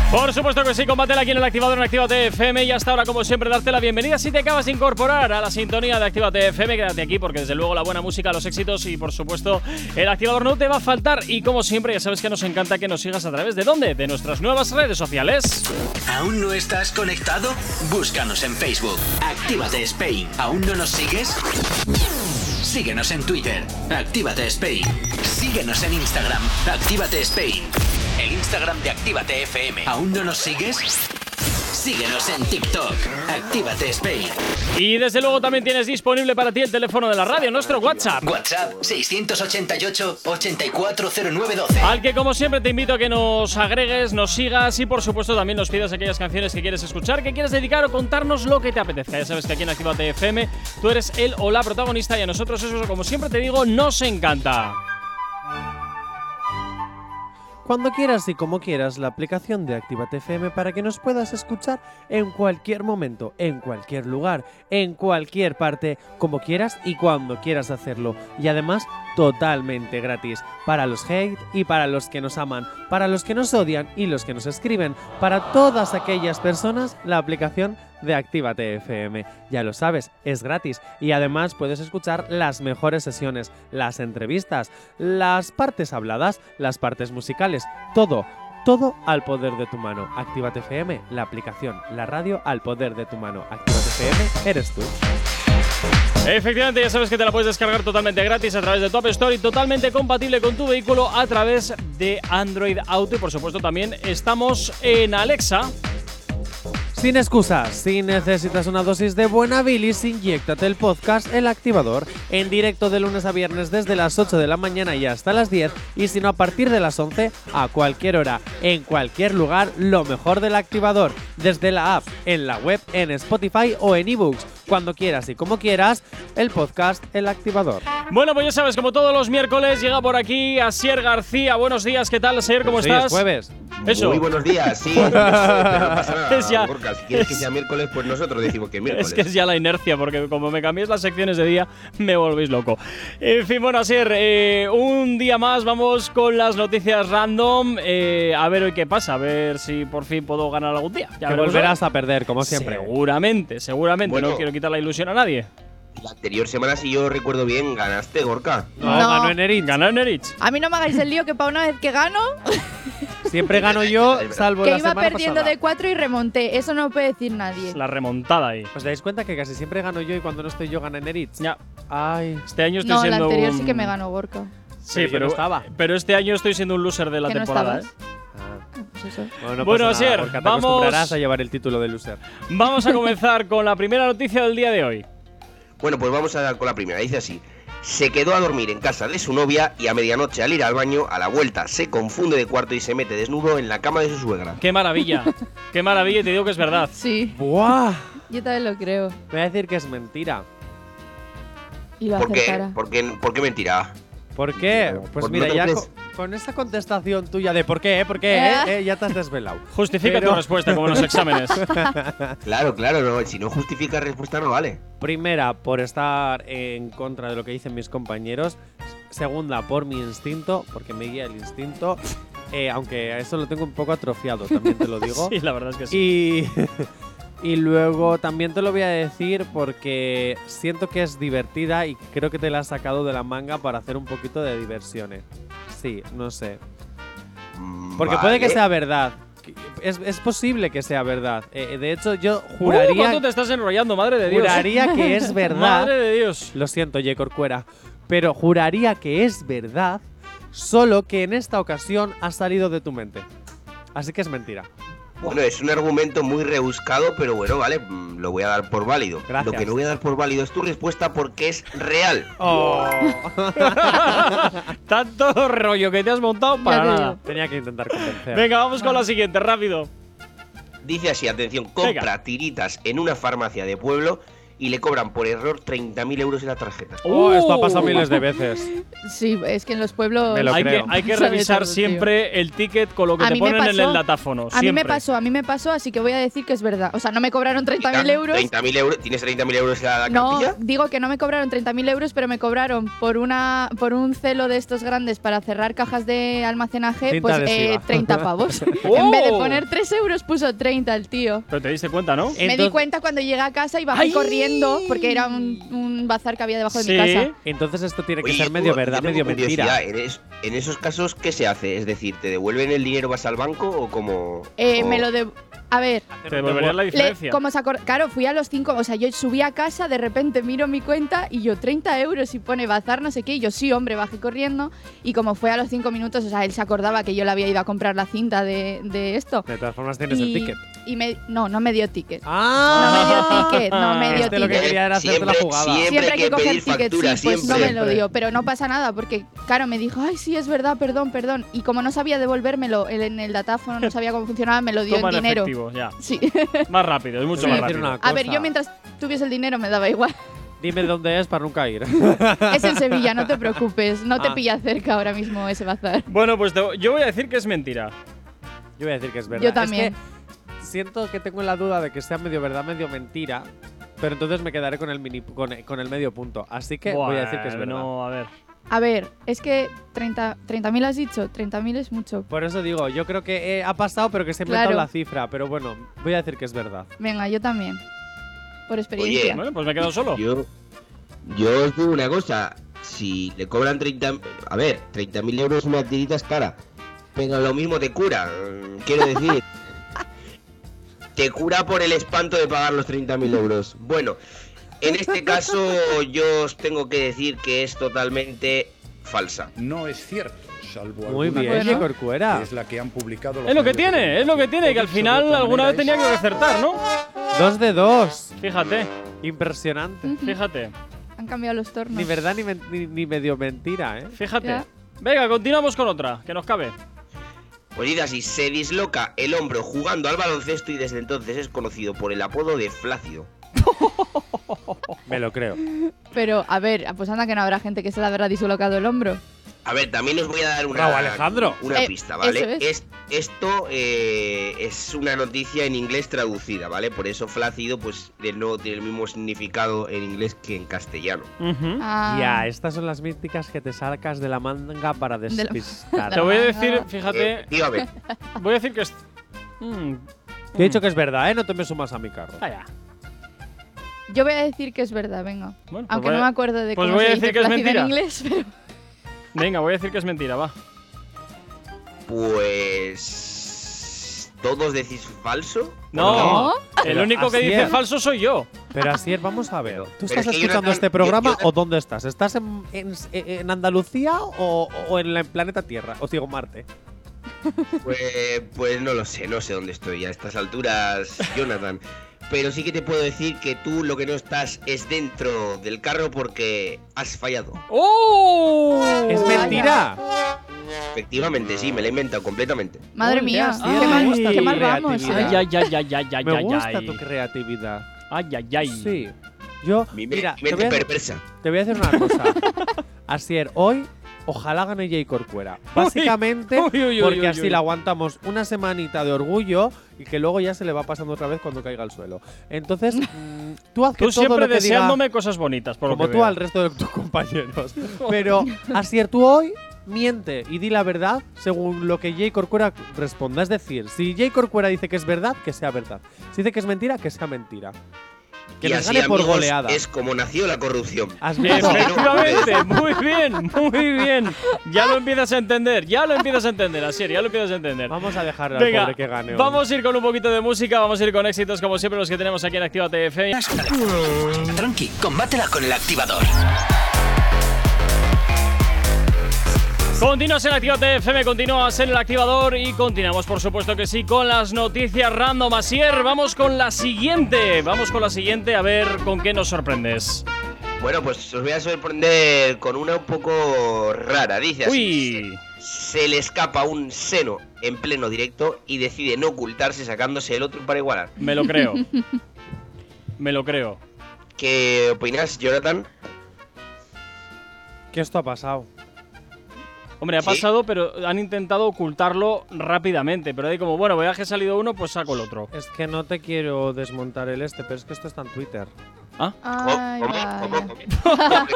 Por supuesto que sí, combátela aquí en el Activador en Actívate FM y hasta ahora, como siempre, darte la bienvenida si te acabas de incorporar a la sintonía de Actívate FM, quédate aquí porque desde luego la buena música, los éxitos y por supuesto el activador no te va a faltar y como siempre ya sabes que nos encanta que nos sigas a través de dónde, de nuestras nuevas redes sociales. ¿Aún no estás conectado? Búscanos en Facebook. Actívate Spain. ¿Aún no nos sigues? Síguenos en Twitter. Actívate Spain. Síguenos en Instagram. Actívate Spain. El Instagram de Actívate FM. ¿Aún no nos sigues? Síguenos en TikTok. Actívate Spain. Y desde luego también tienes disponible para ti el teléfono de la radio, nuestro WhatsApp. WhatsApp 688 840912. Al que como siempre te invito a que nos agregues, nos sigas y por supuesto también nos pidas aquellas canciones que quieres escuchar, que quieres dedicar o contarnos lo que te apetezca. Ya sabes que aquí en Actívate FM tú eres el o la protagonista y a nosotros eso como siempre te digo nos encanta. Cuando quieras y como quieras, la aplicación de Actívate FM para que nos puedas escuchar en cualquier momento, en cualquier lugar, en cualquier parte, como quieras y cuando quieras hacerlo. Y además, totalmente gratis. Para los hate y para los que nos aman, para los que nos odian y los que nos escriben, para todas aquellas personas, la aplicación de Actívate FM. Ya lo sabes, es gratis y además puedes escuchar las mejores sesiones, las entrevistas, las partes habladas, las partes musicales, todo, todo al poder de tu mano. Actívate FM, la aplicación, la radio al poder de tu mano. Actívate FM, eres tú. Efectivamente, ya sabes que te la puedes descargar totalmente gratis a través de Top Story, totalmente compatible con tu vehículo a través de Android Auto y por supuesto también estamos en Alexa. Sin excusas, si necesitas una dosis de buena bilis, inyectate el podcast El Activador en directo de lunes a viernes desde las 8 de la mañana y hasta las 10 y si no a partir de las 11 a cualquier hora, en cualquier lugar, lo mejor del activador, desde la app, en la web, en Spotify o en ebooks, cuando quieras y como quieras, el podcast El Activador. Bueno, pues ya sabes, como todos los miércoles llega por aquí Asier García. Buenos días, ¿qué tal, Asier? ¿Cómo Sí, estás? es jueves. Eso. Muy buenos días, sí. pero no pasa nada, Es ya- Gorka. Si quieres que sea miércoles, pues nosotros decimos que miércoles. Es que es ya la inercia, porque como me cambiéis las secciones de día, me volvéis loco. En fin, bueno, Asier, eh, un día más vamos con las noticias random. eh, a ver hoy qué pasa, a ver si por fin puedo ganar algún día. Ya que veremos, volverás ¿eh? a perder, como siempre. Seguramente, seguramente. Bueno. No quiero quitar la ilusión a nadie. La anterior semana, si yo recuerdo bien, ganaste, Gorka. No, No. ganó Eneritz. Ganar Nerich. A mí no me hagáis el lío que para una vez que gano, Uh, Siempre gano yo, salvo que la iba semana perdiendo pasada. de cuatro y remonté. Eso no lo puede decir nadie. La remontada ahí. ¿Os dais cuenta que casi siempre gano yo y cuando no estoy yo gana Eneritz? Ya, Ay. este año estoy No, la siendo. anterior un- sí que me ganó Gorka. Sí, Pero yo pero, no estaba. pero este año estoy siendo un loser de la ¿Que no temporada. ¿eh? estabas? Ah. Pues eso. Bueno, no Bueno, pasa nada, Asier, Gorka, te vamos- acostumbrarás a llevar el título de loser. ¿eh? Vamos a comenzar con la primera noticia del día de hoy. Bueno, pues vamos a con la primera. Dice así. Se quedó a dormir en casa de su novia y a medianoche al ir al baño, a la vuelta, se confunde de cuarto y se mete desnudo en la cama de su suegra. Qué maravilla. Qué maravilla, y te digo que es verdad. Sí, ¡Buah! yo también lo creo. Voy a decir que es mentira. Y lo ¿Por qué? acertara. ¿Por qué, por qué mentira? ¿Por qué? Pues Pues no mira, te ya co- crees. con, esa contestación tuya de por qué, eh, por qué, eh, Eh. eh, ya te has desvelado. Justifica Pero- tu respuesta, como en los exámenes. Ah. Claro, claro, no. Si no justifica respuesta, no vale. Primera, por estar en contra de lo que dicen mis compañeros. Segunda, por mi instinto, porque me guía el instinto. Eh, aunque eso lo tengo un poco atrofiado, también te lo digo. sí, la verdad es que sí. Y, y luego también te lo voy a decir porque siento que es divertida y creo que te la has sacado de la manga para hacer un poquito de diversiones. Sí, no sé. Mm, Porque puede que vale. sea verdad. Que- Es, es posible que sea verdad. Eh, de hecho, yo Uh, ¿Cuánto juraría, te estás enrollando, madre de Dios? juraría que es verdad. Madre de Dios. Lo siento, J. Corcuera. Pero juraría que es verdad, solo que en esta ocasión ha salido de tu mente. Así que es mentira. Bueno, es un argumento muy rebuscado, pero bueno, vale, mm, lo voy a dar por válido. Gracias. Lo que no voy a dar por válido es tu respuesta porque es real. Oh. Tanto rollo que te has montado para te digo. nada. Tenía que intentar convencer. Venga, vamos con la siguiente, rápido. Dice así, atención, compra Venga. tiritas en una farmacia de pueblo y le cobran por error 30.000 euros en la tarjeta. Oh, esto ha pasado Uh. miles de veces. Sí, es que en los pueblos. Me lo hay, que, creo. hay que Sabe revisar todo, tío. siempre el ticket con lo que A te mí me ponen en pasó- el datáfono. A mí me siempre. pasó, a mí me pasó, así que voy a decir que es verdad. O sea, no me cobraron 30.000 euros. 30.000 euros. ¿Tienes 30.000 euros en la No, cartilla? digo que no me cobraron 30.000 euros, pero me cobraron por una por un celo de estos grandes para cerrar cajas de almacenaje, Cinta pues adhesiva. eh, 30 pavos. ¡Oh! En vez de poner 3 euros, puso 30 el tío. Pero te diste cuenta, ¿no? me di Entonces- cuenta cuando llegué a casa y bajé ¡Ay! corriendo porque era un, un bazar que había debajo de Sí. mi casa. Entonces esto tiene que Oye, ser tú, medio yo verdad, tengo medio mentira. curiosidad, En, es- en esos casos, ¿qué se hace? Es decir, ¿te devuelven el dinero, vas al banco o como...? Eh, Oh. me lo de a ver, Te devolverías la le- diferencia. como se acor- claro, fui a los 5, o sea, yo subí a casa, de repente miro mi cuenta y yo 30 euros y pone bazar no sé qué, y yo sí, hombre, bajé corriendo y como fue a los 5 minutos, o sea, él se acordaba que yo le había ido a comprar la cinta de, de esto. De todas formas tienes el Y, ticket. y me, no, no me dio ticket. ¡Ah! No me dio ticket, no me dio Este lo que ticket. quería era hacerte la Siempre- jugada. siempre- Siempre hay que hay que coger pedir ticket, sí, factura, pues no me siempre. lo dio, pero no pasa nada, porque claro, me dijo, ay, sí, es verdad, perdón, perdón. Y como no sabía devolvérmelo el- en el datáfono, no sabía cómo funcionaba, me lo dio Toma en en dinero. efectivo, ya. Sí. Más rápido, es mucho Te voy más a decir rápido. una A ver, cosa. yo mientras tuviese el dinero me daba igual. Dime dónde es para nunca ir. Es en Sevilla, no te preocupes. No te Ah. pilla cerca ahora mismo ese bazar. Bueno, pues te- yo voy a decir que es mentira. Yo voy a decir que es verdad. Yo Es que también. siento que tengo la duda de que sea medio verdad, medio mentira. Pero entonces me quedaré con el, mini, con, con el medio punto. Así que voy a decir que es verdad. No, a ver. A ver, es que 30 30.000 has dicho. 30.000 es mucho. Por eso digo, yo creo que eh, ha pasado, pero que se ha inventado Claro. la cifra. Pero bueno, voy a decir que es verdad. Venga, yo también. Por experiencia. Oye. Bueno, pues me he quedado solo. Yo, yo os digo una cosa. Si le cobran 30... A ver, 30.000 euros una tirita es cara. Venga, lo mismo te cura. eh, Quiero decir... te cura por el espanto de pagar los 30.000 euros. Bueno, en este caso yo os tengo que decir que es totalmente falsa. No es cierto, salvo Muy alguna bien, cosa Bueno. Corcuera. que es la que han publicado los Es lo que medios tiene, de es lo que comunicación. tiene, que al Dicho de final otra alguna vez manera, tenía es- que acertar, ¿no? Dos de dos. Fíjate, Impresionante. Ujú. fíjate, Han cambiado los tornos. Ni verdad ni, men- ni- ni medio mentira, ¿eh? fíjate. Ya. Venga, continuamos con otra, que nos cabe. Pues dice así, se disloca el hombro jugando al baloncesto y desde entonces es conocido por el apodo de Flácido. Me lo creo. Pero, a ver, pues anda que no habrá gente que se le habrá dislocado el hombro. A ver, también os voy a dar una, Bravo, Alejandro. una Eh, pista, ¿vale? eso Es- esto eh, es una noticia en inglés traducida, ¿vale? Por eso flácido, pues de- no tiene el mismo significado en inglés que en castellano. Ah, Ya, estas son las míticas que te sacas de la manga para la- despistar. Te voy a decir, Venga. fíjate, Efectivamente. voy a decir que es. Mm, Ah, Te he dicho que es verdad, ¿eh? No te me sumas a mi carro. vaya. Yo voy a decir que es verdad, venga. Bueno, pues Aunque voy no a- me acuerdo de pues cómo voy a se decir dice que es flácido mentira. en inglés, pero Venga, voy a decir que es mentira, va. Pues... ¿Todos decís falso? No, no? el Pero único que así dice es. falso soy yo. Pero así es, vamos a ver. ¿Tú pero estás es que yo no escuchando tan- este yo- programa yo- o dónde estás? ¿Estás en, en- en Andalucía o, o en el planeta Tierra? O digo Marte. Pues, pues no lo sé, no sé dónde estoy a estas alturas, Jonathan. Pero sí que te puedo decir que tú lo que no estás es dentro del carro porque has fallado. ¡Oh! ¡Es vaya. mentira! Efectivamente, sí, me la he inventado completamente. madre Uy, mía, ya, sí, qué mal, me gusta qué tu mal vamos. creatividad. ¿eh? Ay, ay, ay, ay, ay, ay, Me ay, gusta ay. tu creatividad. Ay, ay, ay. Sí. Yo, Mi me- mira, te voy, mente a, perversa. te voy a decir una cosa. Asier, hoy ojalá gane Jay Corcuera. Básicamente uy, uy, uy, porque uy, así uy. le aguantamos una semanita de orgullo y que luego ya se le va pasando otra vez cuando caiga al suelo. Entonces, mm, tú haz que Tú todo siempre lo que diga- deseándome cosas bonitas, por como lo que tú veo. al resto de tus compañeros. Pero Asier, tú hoy miente y di la verdad según lo que Jay Corcuera responda. Es decir, si Jay Corcuera dice que es verdad, que sea verdad. Si dice que es mentira, que sea mentira. Que Y nos así, gane por amigos, goleada. Es como nació la corrupción. Has visto. Efectivamente, muy bien, muy bien. Ya lo empiezas a entender, ya lo empiezas a entender, Asier, ya lo empiezas a entender. Vamos a dejarle al Venga, pobre que gane. hoy. vamos a ir con un poquito de música, vamos a ir con éxitos como siempre los que tenemos aquí en Activa TF. Tranqui, combátela con el activador. Continúas en Activa TFM, continúas en el activador y continuamos, por supuesto que sí, con las noticias random. Asier, vamos con la siguiente, vamos con la siguiente, a ver con qué nos sorprendes. Bueno, pues os voy a sorprender con una un poco rara. Dice así: Uy, Se, se le escapa un seno en pleno directo y decide no ocultarse sacándose el otro para igualar. me lo creo. Me lo creo. ¿Qué opinas, Jonathan? Que esto ha pasado. Hombre, ha Sí. pasado, pero han intentado ocultarlo rápidamente. Pero ahí como, bueno, voy a que ha salido uno, pues saco el otro. Es que no te quiero desmontar el este, pero es que esto está en Twitter. Oh, Ay, ¿Cómo? vaya. ¿Cómo? ¿Cómo?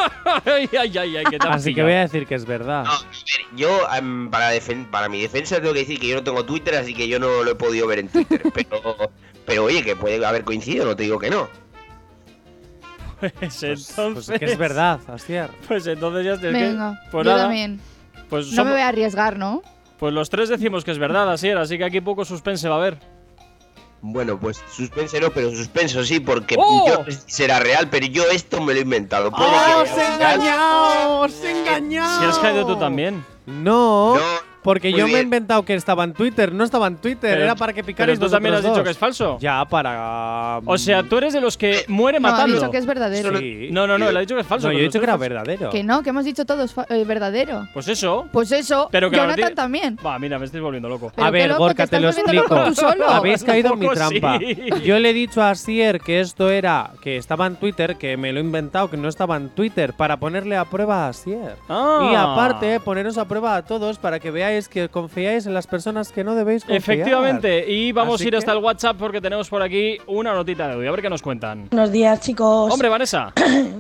ay, ay, ay, ay, que te han Así que pillado. voy a decir que es verdad. No, a ver, yo em, para, defen- para mi defensa tengo que decir que yo no tengo Twitter, así que yo no lo he podido ver en Twitter. pero, pero oye, que puede haber coincidido, no te digo que no. Pues Pues- entonces. pues que es verdad, Asier. Pues entonces ya tienes Venga, que. yo Pues nada. también. Pues, No me somos- voy a arriesgar, ¿no? pues los tres decimos que es verdad, así era. Así que aquí poco suspense va a haber. Bueno, pues suspense no, pero suspenso sí, porque ¡Oh! yo no sé si será real, pero yo esto me lo he inventado. Puede ¡Ah, que sea real. engañado! ¡Os he engañado! Si has caído tú también. No. No, Porque Muy yo me he bien. inventado que estaba en Twitter. No estaba en Twitter, Pero- era para que Pero picarais tú también has vosotros dicho que dos. es falso. Ya, para... O sea, tú eres de los que muere No, ha matando. dicho que es verdadero. Sí. No, no, no, él ha dicho que es falso. No, yo he pero dicho que era nosotros- verdadero. Que no, que hemos dicho todos fa- eh, verdadero. Pues eso. Pues eso, Pero que la Jonathan noti- también. Va, mira, me estáis volviendo loco. Pero a qué ver, loco, Gorka, te te lo estás volviendo explico. loco tú solo. Habéis caído en mi Un poco trampa. sí. Yo le he dicho a Sier que esto era, que estaba en Twitter, que me lo he inventado, que no estaba en Twitter, para ponerle a prueba a Sier. Ah. Y aparte, poneros a prueba a todos para que veáis que confiáis en las personas que no debéis confiar. Efectivamente, y vamos Así a ir hasta que- el WhatsApp porque tenemos por aquí una notita de audio. A ver qué nos cuentan. Buenos días, chicos. Eh, Hombre, Vanessa,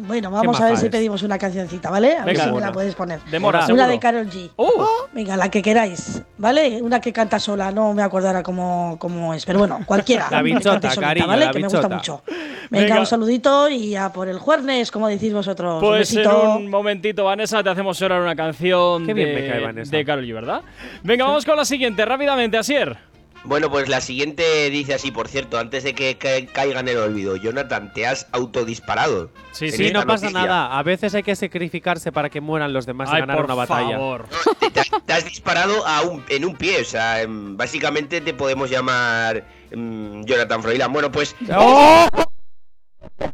bueno, vamos a maja ver si eres. pedimos una cancioncita, ¿vale? A ver Venga. si me la puedes poner. demora, Hola. Una seguro. de Carol G. ¡Oh! Venga, la que queráis, ¿vale? Una que canta sola, no me acuerdo ahora cómo, cómo es, pero bueno, cualquiera. La que bichota, cante solita, cariño, ¿vale? la que me bichota. gusta mucho. Venga, Venga. un saludito y a por el jueves, como decís vosotros. un Pues en besito. un momentito, Vanessa, te hacemos llorar una canción Qué de, bien me cae Vanessa. de Karol G, ¿verdad? Venga, vamos con la siguiente, rápidamente, Asier. Bueno, pues la siguiente dice así, por cierto, antes de que ca- caiga en el olvido. Jonathan, te has autodisparado. Sí, en sí, Sí, esta no pasa noticia. nada. A veces hay que sacrificarse para que mueran los demás y Ay, ganar por una batalla. favor. Te, te has- te has disparado a un- en un pie, o sea, em, básicamente te podemos llamar mm, Jonathan Froilán. Bueno, pues ¡Oh!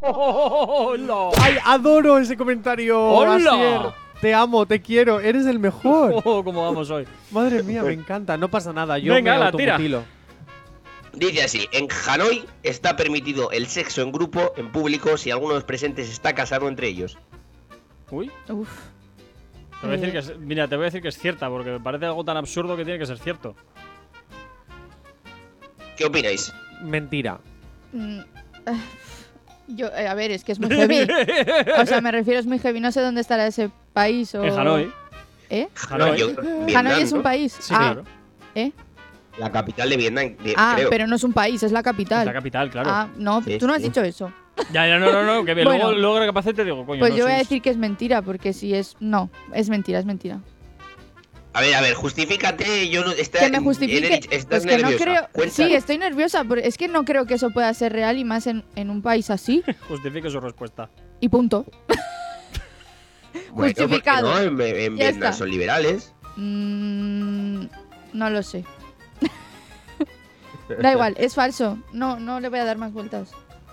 ¡Hola! ¡Ay, adoro ese comentario! ¡Hola! Asier. Te amo, te quiero, eres el mejor. Oh, ¿Cómo vamos hoy? Madre mía, me encanta. No pasa nada, yo Venga, me la tira. automutilo. Dice así, en Hanoi está permitido el sexo en grupo, en público, si alguno de los presentes está casado entre ellos. Uy, Uf. te voy a decir que es, mira, te voy a decir que es cierta porque me parece algo tan absurdo que tiene que ser cierto. ¿Qué opináis? Mentira. Mm, eh, Yo, eh, a ver, es que es muy heavy. o sea, me refiero, es muy heavy. No sé dónde estará ese país o... En Hanoi. ¿Eh? Hanoi. yo creo que Vietnam, Hanoi es ¿no? un país. Sí, ah, claro. ¿eh? La capital de Vietnam, de- Ah, Eh, creo. pero no es un país, es la Es capital. la capital, claro. Ah, no, Sí, tú no has sí. dicho eso. Ya, ya, no, no, no, que bien. Bueno. luego, luego recapacé y te digo, coño. Pues no yo voy a sois- decir que es mentira, porque si es... No, es mentira, es mentira. A ver, a ver, justifícate, yo no... Está, que me justifique. eres- estás Pues que no nerviosa. creo... Cuenta. Sí, estoy nerviosa, pero es que no creo que eso pueda ser real y más en, en un país así. Justifique su respuesta. Y punto. Bueno, porque justificado. no, en, en Ya Vietnam está. son liberales. Mm, no lo sé. da igual, es falso. No, no le voy a dar más vueltas.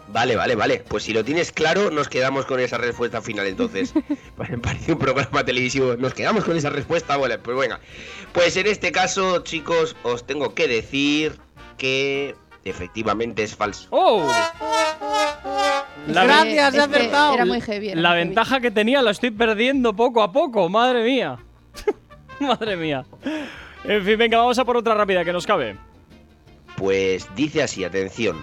Vale, vale, vale. Pues si lo tienes claro, nos quedamos con esa respuesta final entonces. Pare- Parece un programa televisivo. Nos quedamos con esa respuesta. Bueno, pues venga. Pues en este caso, chicos, os tengo que decir que efectivamente es falso. ¡Oh! Es La, ven- que- Gracias, he es que acertado. Era muy heavy. era la muy heavy. ventaja que tenía la estoy perdiendo poco a poco, madre mía. madre mía. En fin, venga, vamos a por otra rápida que nos cabe. Pues dice así, atención.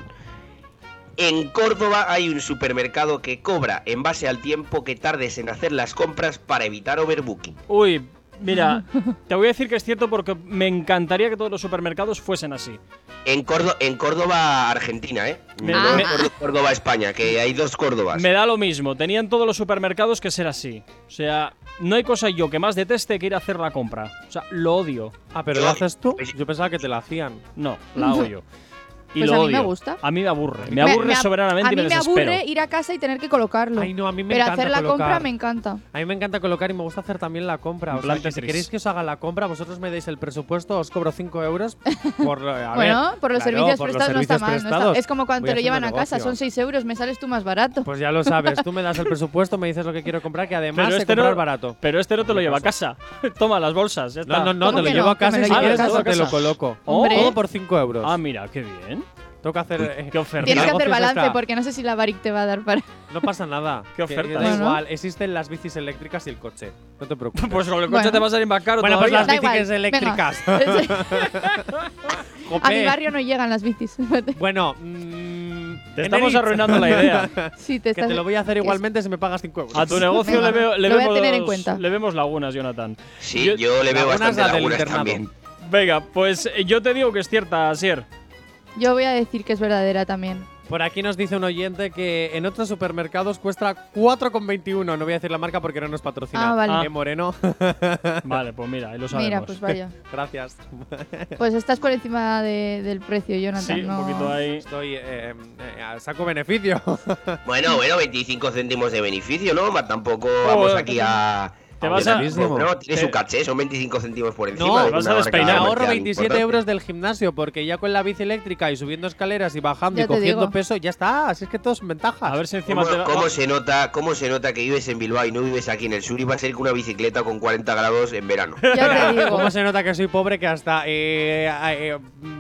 En Córdoba hay un supermercado que cobra en base al tiempo que tardes en hacer las compras para evitar overbooking. Uy, mira, te voy a decir que es cierto porque me encantaría que todos los supermercados fuesen así. En, Córdo- en Córdoba, Argentina, ¿eh? Me- no me- en Córdo- Córdoba, España, que hay dos Córdobas. Ah. Me da lo mismo, tenían todos los supermercados que ser así. O sea, no hay cosa yo que más deteste que ir a hacer la compra. O sea, lo odio. Ah, pero Yo- lo haces tú. pues- Yo pensaba que te la hacían. No, la odio. Y Pues lo a mí odio. me gusta. A mí me aburre. Me Me- aburre me ab- soberanamente A y me mí me desespero. aburre ir a casa y tener que colocarlo. Ay, no, a mí me pero encanta hacer la colocar. compra me encanta. A mí me encanta colocar y me gusta hacer también la compra. En O plan sea, que si Tetris. queréis que os haga la compra, vosotros me deis el presupuesto, os cobro 5 euros. Por, eh, a bueno, ver, por los claro, servicios por los prestados no está servicios mal. no está- prestados. Es como cuando Voy te lo llevan haciendo a casa, negocio. son 6 euros, me sales tú más barato. Pues ya lo sabes, tú me das el presupuesto, me dices lo que quiero comprar, que además Pero sé este, comprar no, barato. pero este no te lo lleva a casa. Toma las bolsas. ya No, está. no, no, Pues ¿Cómo te lo que llevo no? a casa Que me y si lo llevo a quieres casa. hasta te lo coloco. Hombre. Todo por 5 euros. Ah, mira, qué bien. Tengo que hacer. eh, Qué oferta. Tienes que negocios hacer balance extra. porque no sé si la Baric te va a dar para. No pasa nada. Qué ¿eh? Que- ofertas. Da Bueno. igual, existen las bicis eléctricas y el coche. No te preocupes. Pues con el coche Bueno. te va a salir más caro Bueno, pues todavía. las Da igual, bicis venga. eléctricas. a Jope. mi barrio no llegan las bicis. Bueno, mm, Te estamos Eneritz, arruinando la idea. sí, te Que estás. te lo voy a hacer es- igualmente si me pagas 5 euros. A tu negocio Venga, le, veo, le lo voy a vemos tener en cuenta. le vemos lagunas, Jonathan. Sí, Yo- yo, le veo lagunas, bastante la del lagunas internado. también. Venga, pues eh, yo te digo que es cierta, Asier. Yo voy a decir que es verdadera también. Por aquí nos dice un oyente que en otros supermercados cuesta 4,21. No voy a decir la marca porque no nos patrocina. Ah, vale. Ah. Eh, Moreno, Vale, pues mira, ahí lo sabemos. Mira, pues vaya. gracias. Pues estás por encima de- del precio, Jonathan. sí, no- un poquito ahí. Estoy. eh, eh, saco beneficio. Bueno, bueno, 25 céntimos de beneficio, ¿no? Ma- Tampoco vamos Joder. aquí a, Oh, Te vas a- Buenísimo. No, tiene Te- su caché, son 25 céntimos por encima. No, de vas a una marca Me despeinar. comercial ahorro 27 importante. euros del gimnasio porque ya con la bici eléctrica y subiendo escaleras y bajando Ya y te cogiendo digo. peso, ya está. Así es que todos son ventajas. A ver si encima ¿Cómo, te Ah, va- cómo se nota, ¿Cómo se nota que vives en Bilbao y no vives aquí en el sur? Y va a ser que una bicicleta con 40 grados en verano. Ya te digo. ¿Cómo se nota que soy pobre que hasta. eh, eh,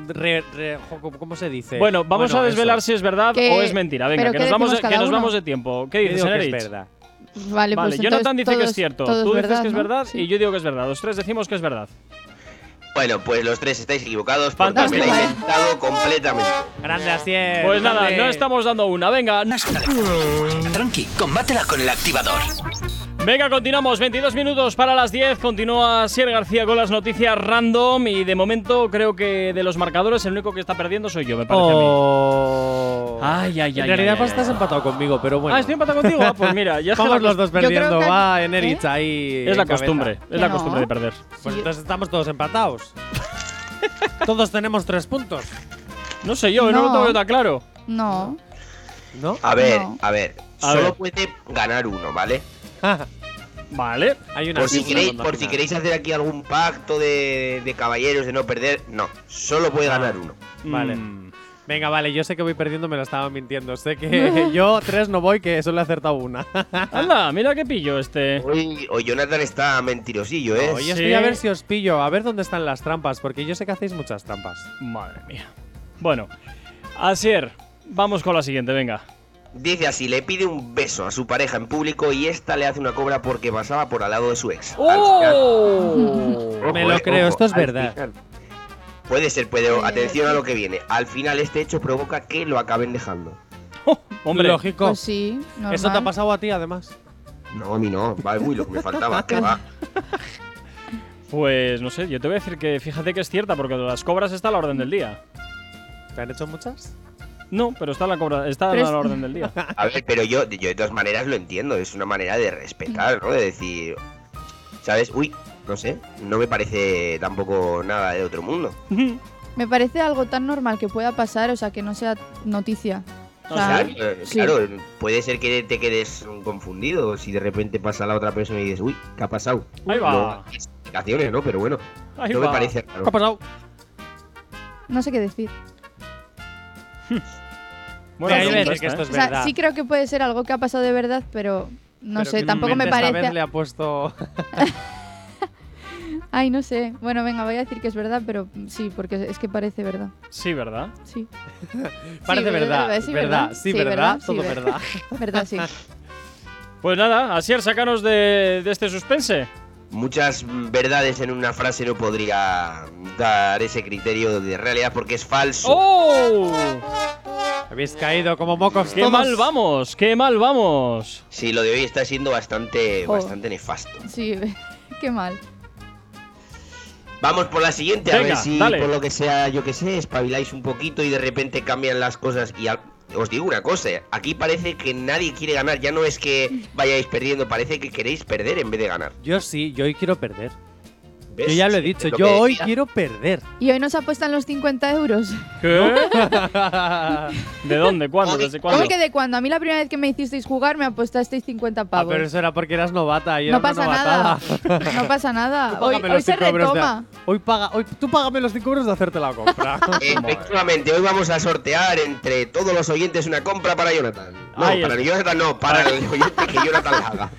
re- re- jo- ¿Cómo se dice? Bueno, vamos a eso. desvelar si es verdad Que- o es mentira. Venga, pero que ¿qué nos, vamos, decimos que cada nos uno? vamos de tiempo. ¿Qué Yo dices, digo que Enerich? es verdad. Vale, Vale, pues entonces Jonathan dice que es todos- cierto. todos Tú dices que es ¿no? verdad Sí. y yo digo que es verdad. Los tres decimos que es verdad. Bueno, pues los tres estáis equivocados porque me Fantástico. la he inventado completamente. Grande así es, Pues nada, grande. no estamos dando una. Venga, Tranqui, combátela con el activador. venga, continuamos. 22 minutos para las 10. Continúa Sier García con las noticias random. Y de momento creo que de los marcadores el único que está perdiendo soy yo, me parece a mí. Ah, Oh. Ay, ay, ay, En realidad ay, ay, vos estás ay. empatado conmigo, pero bueno. Ah, estoy empatado contigo. Ah, pues mira, ya es que Vamos la los cos- dos creo que perdiendo. aquí- Va, ¿eh? Enerich ahí. Es la en cabeza. costumbre, Que es la no. costumbre de perder. Pues Sí. entonces estamos todos empatados. todos tenemos tres puntos, No sé yo, no, lo No. tengo yo tan claro. Pues No. ¿no? A ver, No. a ver. A solo ver. puede ganar uno, ¿vale? Ah. Vale. Hay una Por si, segunda queréis, ronda por si final. queréis hacer aquí algún pacto de, de caballeros de no perder, no. Solo puede ganar uno. Vale. Mm. Venga, vale, yo sé que voy perdiendo, me lo estaba mintiendo. Sé que yo tres no voy, que solo he acertado una. Anda, mira qué pillo este. Hoy, hoy Jonathan está mentirosillo, ¿eh? Oye, Sí. estoy a ver si os pillo, a ver dónde están las trampas, porque yo sé que hacéis muchas trampas. Madre mía. Bueno, Asier, vamos con la siguiente, venga. Dice así, le pide un beso a su pareja en público y esta le hace una cobra porque pasaba por al lado de su ex. Al final- Ojo, Me lo eh, creo, ojo, esto es al verdad. final. Puede ser, pero atención a lo que viene. Al final este hecho provoca que lo acaben dejando. Hombre, lógico. Pues sí, normal. Eso te ha pasado a ti, además. No, a mí no. Va, uy, lo que me faltaba. que va. pues no sé, yo te voy a decir que fíjate que es cierta porque las cobras está a la orden del día. ¿Te han hecho muchas? No, pero está a la cobra, está Pero a es- la orden del día. A ver, pero yo, yo de todas maneras lo entiendo. Es una manera de respetar, ¿no? De decir, ¿sabes? Uy, no sé. No me parece tampoco nada de otro mundo. Me parece algo tan normal que pueda pasar, o sea, que no sea noticia. O sea, Claro, eh, Ah, sí. claro, puede ser que te quedes confundido si de repente pasa la otra persona y dices, uy, ¿qué ha pasado? Ahí va. No, hay explicaciones, ¿no? Pero bueno, Ahí no va. me parece raro. ¿Qué ha pasado? no sé qué decir. Bueno, Mira, yo voy a pregunta decir que esta, esto ¿eh? es o sea, verdad. sí creo que puede ser algo que ha pasado de verdad, pero no Pero sé, que tampoco me esta vez parece. le ha puesto. Ay, no sé. Bueno, venga, voy a decir que es verdad, pero sí, porque es que parece verdad. Sí, ¿verdad? Sí. Parece Sí, verdad, verdad, sí, sí, sí, verdad, sí, todo verdad. Verdad, sí. Pues nada, Asier, sacanos de, de este suspense. Muchas verdades en una frase no podría dar ese criterio de realidad porque es falso. ¡Oh! Habéis caído como mocos ¡Qué todos. mal vamos! ¡Qué mal vamos! Sí, lo de hoy está siendo bastante, Oh. Joder. bastante nefasto. Sí, qué mal. Vamos por la siguiente, a Venga, ver si dale. por lo que sea, yo que sé, espabiláis un poquito y de repente cambian las cosas. Y al- os digo una cosa, eh, aquí parece que nadie quiere ganar, ya no es que vayáis perdiendo, parece que queréis perder en vez de ganar. Yo sí, yo hoy quiero perder. ¿Ves? Yo ya lo he Es dicho, lo yo que hoy decía. quiero perder. Y hoy nos apuestan los 50 euros. ¿Qué? ¿De dónde? ¿Cuándo? ¿Desde cuándo? ¿Cómo que de cuando? A mí la primera vez que me hicisteis jugar me apostasteis 50 Ah, pavos. pero eso era porque eras novata, yo no era pasa una nada. novatada. No pasa nada. Hoy, Págame hoy los se cinco euros de- retoma. hoy paga, hoy, tú págame los 5 euros de hacerte la compra. Efectivamente, hoy vamos a sortear entre todos los oyentes una compra para Jonathan. No, Ahí para está. Jonathan no, para el oyente que Jonathan la haga.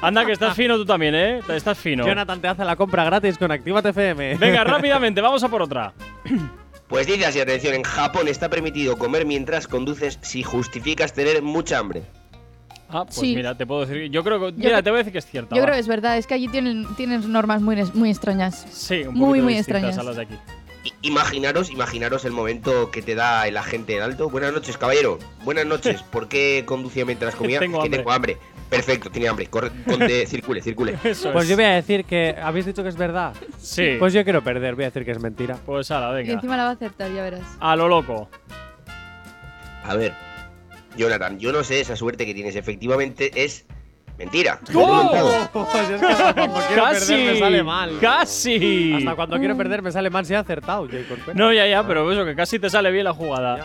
Anda, que estás fino tú también, ¿eh? Estás fino. Jonathan te hace la compra gratis con Actívate FM. Venga, rápidamente, vamos a por otra. Pues dice así, atención, en Japón está permitido comer mientras conduces si justificas tener mucha hambre. Ah, pues Sí. mira, te puedo decir. Yo creo que. Mira, creo- te voy a decir que es cierta. Yo va. creo que es verdad, es que allí tienen, tienen normas muy, muy extrañas. Sí, un muy, poquito muy distintas extrañas. a las de aquí. I- Imaginaros, imaginaros el momento que te da el agente en alto. Buenas noches, caballero. Buenas noches. ¿Por qué conducía mientras comía? Tengo Es que hambre. tengo hambre. Perfecto, tiene hambre. Corre, ponte- circule, circule. Eso Pues es. yo voy a decir que habéis dicho que es verdad. Sí. Pues Pues, yo quiero perder, voy a decir que es mentira. ala, Y venga. encima la va a acertar, ya verás. A lo loco. A ver, Jonathan, yo no sé esa suerte que tienes. Efectivamente es mentira. Pues es que hasta cuando quiero ¡Casi! perder me sale mal. ¡Casi! Hasta cuando quiero perder me sale mal si he acertado. Jacob. No, ya, ya, pero eso, que casi te sale bien la jugada. Ya.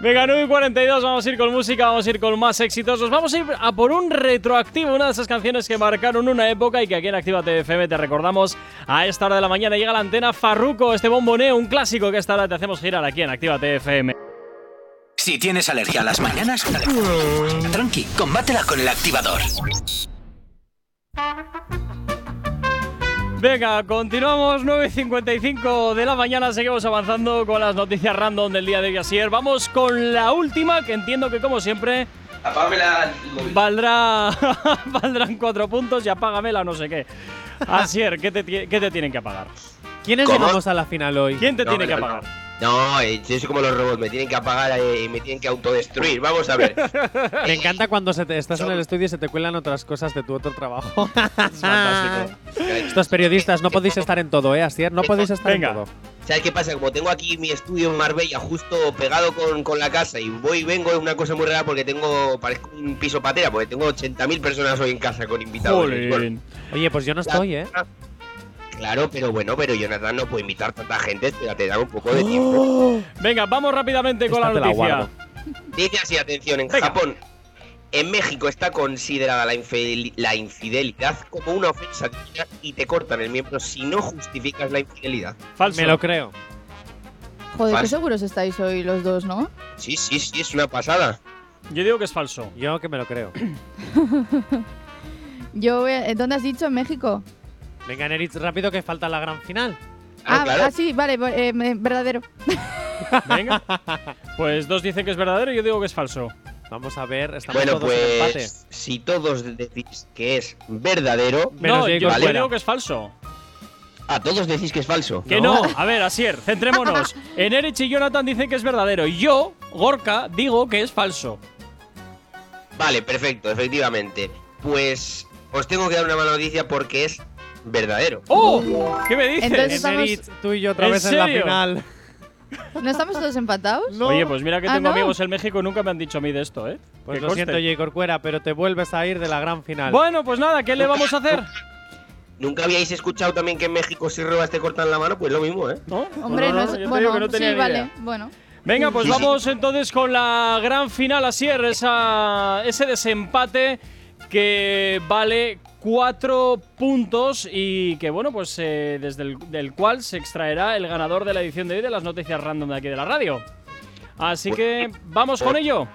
Venga, 9 y 42, vamos a ir con música, vamos a ir con más éxitos. Nos vamos a ir a por un retroactivo, una de esas canciones que marcaron una época y que aquí en Actívate FM te recordamos a esta hora de la mañana. Llega la antena Farruco, este bomboneo, un clásico que a esta hora te hacemos girar aquí en Actívate FM. Si tienes alergia a las mañanas, tranqui, combátela con el activador. Venga, continuamos 9.55 de la mañana, seguimos avanzando con las noticias random del día de Yasier. Vamos con la última, que entiendo que como siempre Apágame la- el móvil. valdrá valdrán cuatro puntos y apágamela no sé qué. Asier, ¿qué te, ti- qué te tienen que apagar? ¿Quiénes ¿Cómo? llegamos a la final hoy? ¿Quién te No, tiene que no, no. apagar? No, eh, yo soy como los robots, me tienen que apagar eh, y me tienen que autodestruir. Vamos a ver. Me encanta cuando se te- estás en el estudio y se te cuelan otras cosas de tu otro trabajo. Es fantástico. Estos periodistas no podéis estar en todo, ¿eh, Asier? No podéis estar Venga. en todo. ¿Sabes qué pasa? Como tengo aquí mi estudio en Marbella justo pegado con, con la casa y voy y vengo es una cosa muy rara porque tengo, parezco un piso patera, porque tengo 80.000 personas hoy en casa con invitados. ¿eh? Bueno, Jolín. Oye, pues yo no estoy, ¿eh? claro, pero bueno, pero Jonathan no puede invitar tanta gente, espérate, dame un poco ¡Oh! de tiempo. Venga, vamos rápidamente con Esta la te la noticia. guardo. Dice así, atención, en Venga. Japón, en México está considerada la, infidel- la infidelidad como una ofensa divina y te cortan el miembro si no justificas la infidelidad. Falso. Me lo creo. Joder, qué Falso. seguros estáis hoy los dos, ¿no? Sí, sí, sí, es una pasada. Yo digo que es falso. Yo que me lo creo. Yo voy a- eh, ¿Dónde has dicho? ¿En México? Venga, Neritz, rápido que falta la gran final. Claro, ah, claro. ah, sí, vale, eh, me- verdadero. Venga. Pues dos dicen que es verdadero y yo digo que es falso. Vamos a ver, estamos Bueno, todos en empate. pues si todos decís que es verdadero, Menos no, Diego, yo, yo fuera. digo que es falso. a todos decís que es falso. Que no. No. a ver, Asier, centrémonos. En Erich y Jonathan dicen que es verdadero. Y Yo, Gorka, digo que es falso. Vale, perfecto, efectivamente. Pues os tengo que dar una mala noticia porque es verdadero. ¡Oh! ¿Qué me dices? pues Entonces- estamos- Eh, Neritz, tú y yo otra ¿En vez en serio? la final. ¿No estamos todos empatados? No. Oye, pues mira que Ah, tengo no. amigos en México y nunca me han dicho a mí de esto, ¿eh? Pues Que lo conste. siento, J. Corcuera, pero te vuelves a ir de la gran final. Bueno, pues nada, ¿qué le vamos a hacer? ¿Nunca habíais escuchado también que en México si robas te cortan la mano? Pues lo mismo, ¿eh? ¿No? Hombre, no, yo te es. digo Bueno, que no sí, tenía ni idea. vale. Bueno, Venga, pues Sí, sí. vamos entonces con la gran final, Asier, esa, ese desempate que vale cuatro puntos y que, bueno, pues eh, desde el del cual se extraerá el ganador de la edición de hoy de las noticias random de aquí de la radio. Así que vamos con ello.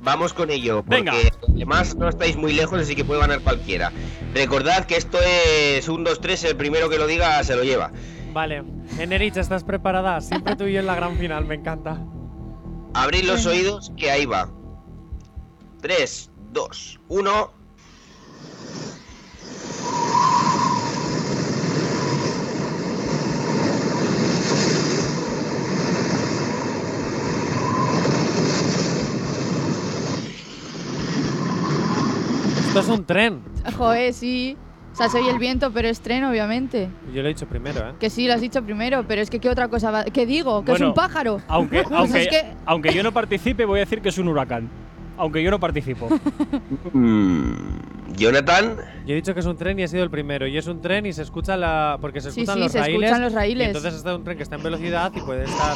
Vamos con ello, porque Venga. además no estáis muy lejos, así que puede ganar cualquiera. Recordad que esto es un 2-3, el primero que lo diga se lo lleva. Vale. Eh, Neritz, ¿estás preparada? Siempre tú y yo en la gran final, me encanta. Abrid los Venga. oídos, que ahí va. 3, 2, 1. Esto es un tren. joder, sí. O sea, soy el viento, pero es tren, obviamente. Yo lo he dicho primero, ¿eh? Que sí, lo has dicho primero, pero es que ¿qué otra cosa va- ¿Qué digo? ¿Que Bueno, es un pájaro? Aunque, Pues aunque, es que- aunque yo no participe, voy a decir que es un huracán. Aunque yo no participo. Jonathan, Yo he dicho que es un tren y he sido el primero. Y es un tren y se escucha la. Porque se Sí, escuchan sí, los se raíles. escuchan los Y raíles. entonces está un tren que está en velocidad y puede estar.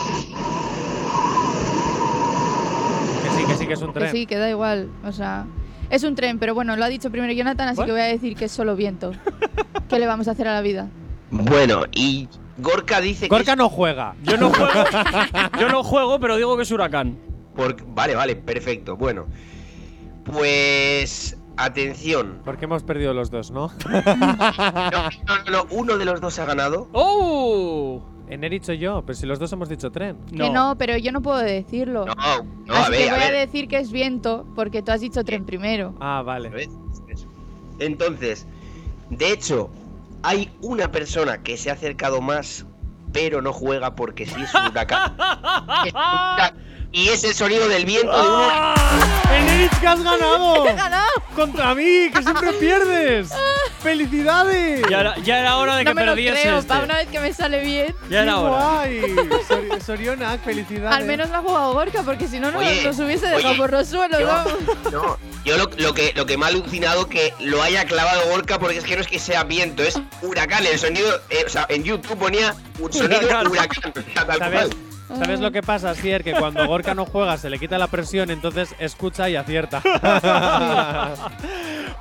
Que sí, que sí, que es un Que tren. sí, que da igual. O sea, es un tren, pero bueno, lo ha dicho primero Jonathan, así que Bueno. voy a decir que es solo viento. ¿Qué le vamos a hacer a la vida? bueno, y Gorka dice Gorka que. no juega. Yo no juego, yo no juego pero digo que es huracán. es por- Vale, vale, perfecto. Bueno, pues. Atención. Porque hemos perdido los dos, ¿no? No, no, no, no, uno de los dos ha ganado. ¡Oh! En he dicho yo, pero si los dos hemos dicho tren. Que no, pero yo no puedo decirlo. No, no, así a ver, que a voy a, ver. decir que es viento, porque tú has dicho tren primero. Ah, A vale. ver, Entonces, de hecho, hay una persona que se ha acercado más, pero no juega porque sí es un huracán. Es un huracán. y es el sonido del viento de un Ah, huracán. Ah, ¡Eneritz, que has ganado! ¡He ganado! ¡Contra mí, que siempre pierdes! ¡Felicidades! Ya era, ya era hora de que No me lo perdiese creo, este. para una vez que me sale bien. Ya era ¡Qué hora. guay! Sor- Sorionak, felicidades. Al menos la ha jugado Gorka, porque si no, no Oye, nos hubiese dejado oye, por los suelos. Yo, vamos. no, yo lo, lo que, lo que me ha alucinado que lo haya clavado Gorka porque es que no es que sea viento, es huracán. El sonido, eh, o sea, en YouTube ponía un sonido Huracán. huracán. o sea, tal ¿Sabes? cual. ¿Sabes Ah. lo que pasa, Sier? Que cuando Gorka no juega se le quita la presión, entonces escucha y acierta.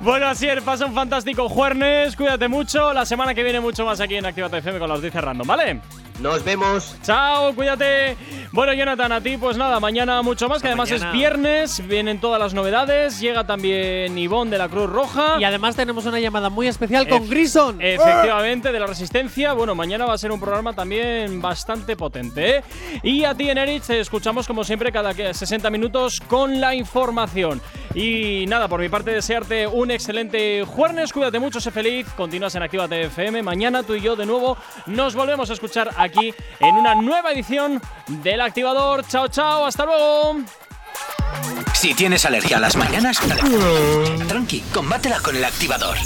Bueno, así es, pasa un fantástico jueves, cuídate mucho. La semana que viene mucho más aquí en Activate FM con la audiencia random, ¿vale? Nos vemos. Chao, cuídate. Bueno, Jonathan, a ti pues nada, mañana mucho más, que además es mañana. viernes, vienen todas las novedades, llega también Ivonne de la Cruz Roja. y además tenemos una llamada muy especial Efe- con Grison. Efectivamente, de la resistencia. Bueno, mañana va a ser un programa también bastante potente. ¿eh? Y a ti, Enerich, te escuchamos como siempre cada que- 60 minutos con la información. Y nada, por mi parte, desearte un excelente jueves. Cuídate mucho, sé feliz. Continúas en Activa FM. Mañana tú y yo de nuevo nos volvemos a escuchar aquí en una nueva edición del Activador. Chao, chao, hasta luego. Si tienes alergia a las mañanas, tranqui, combátela con el activador.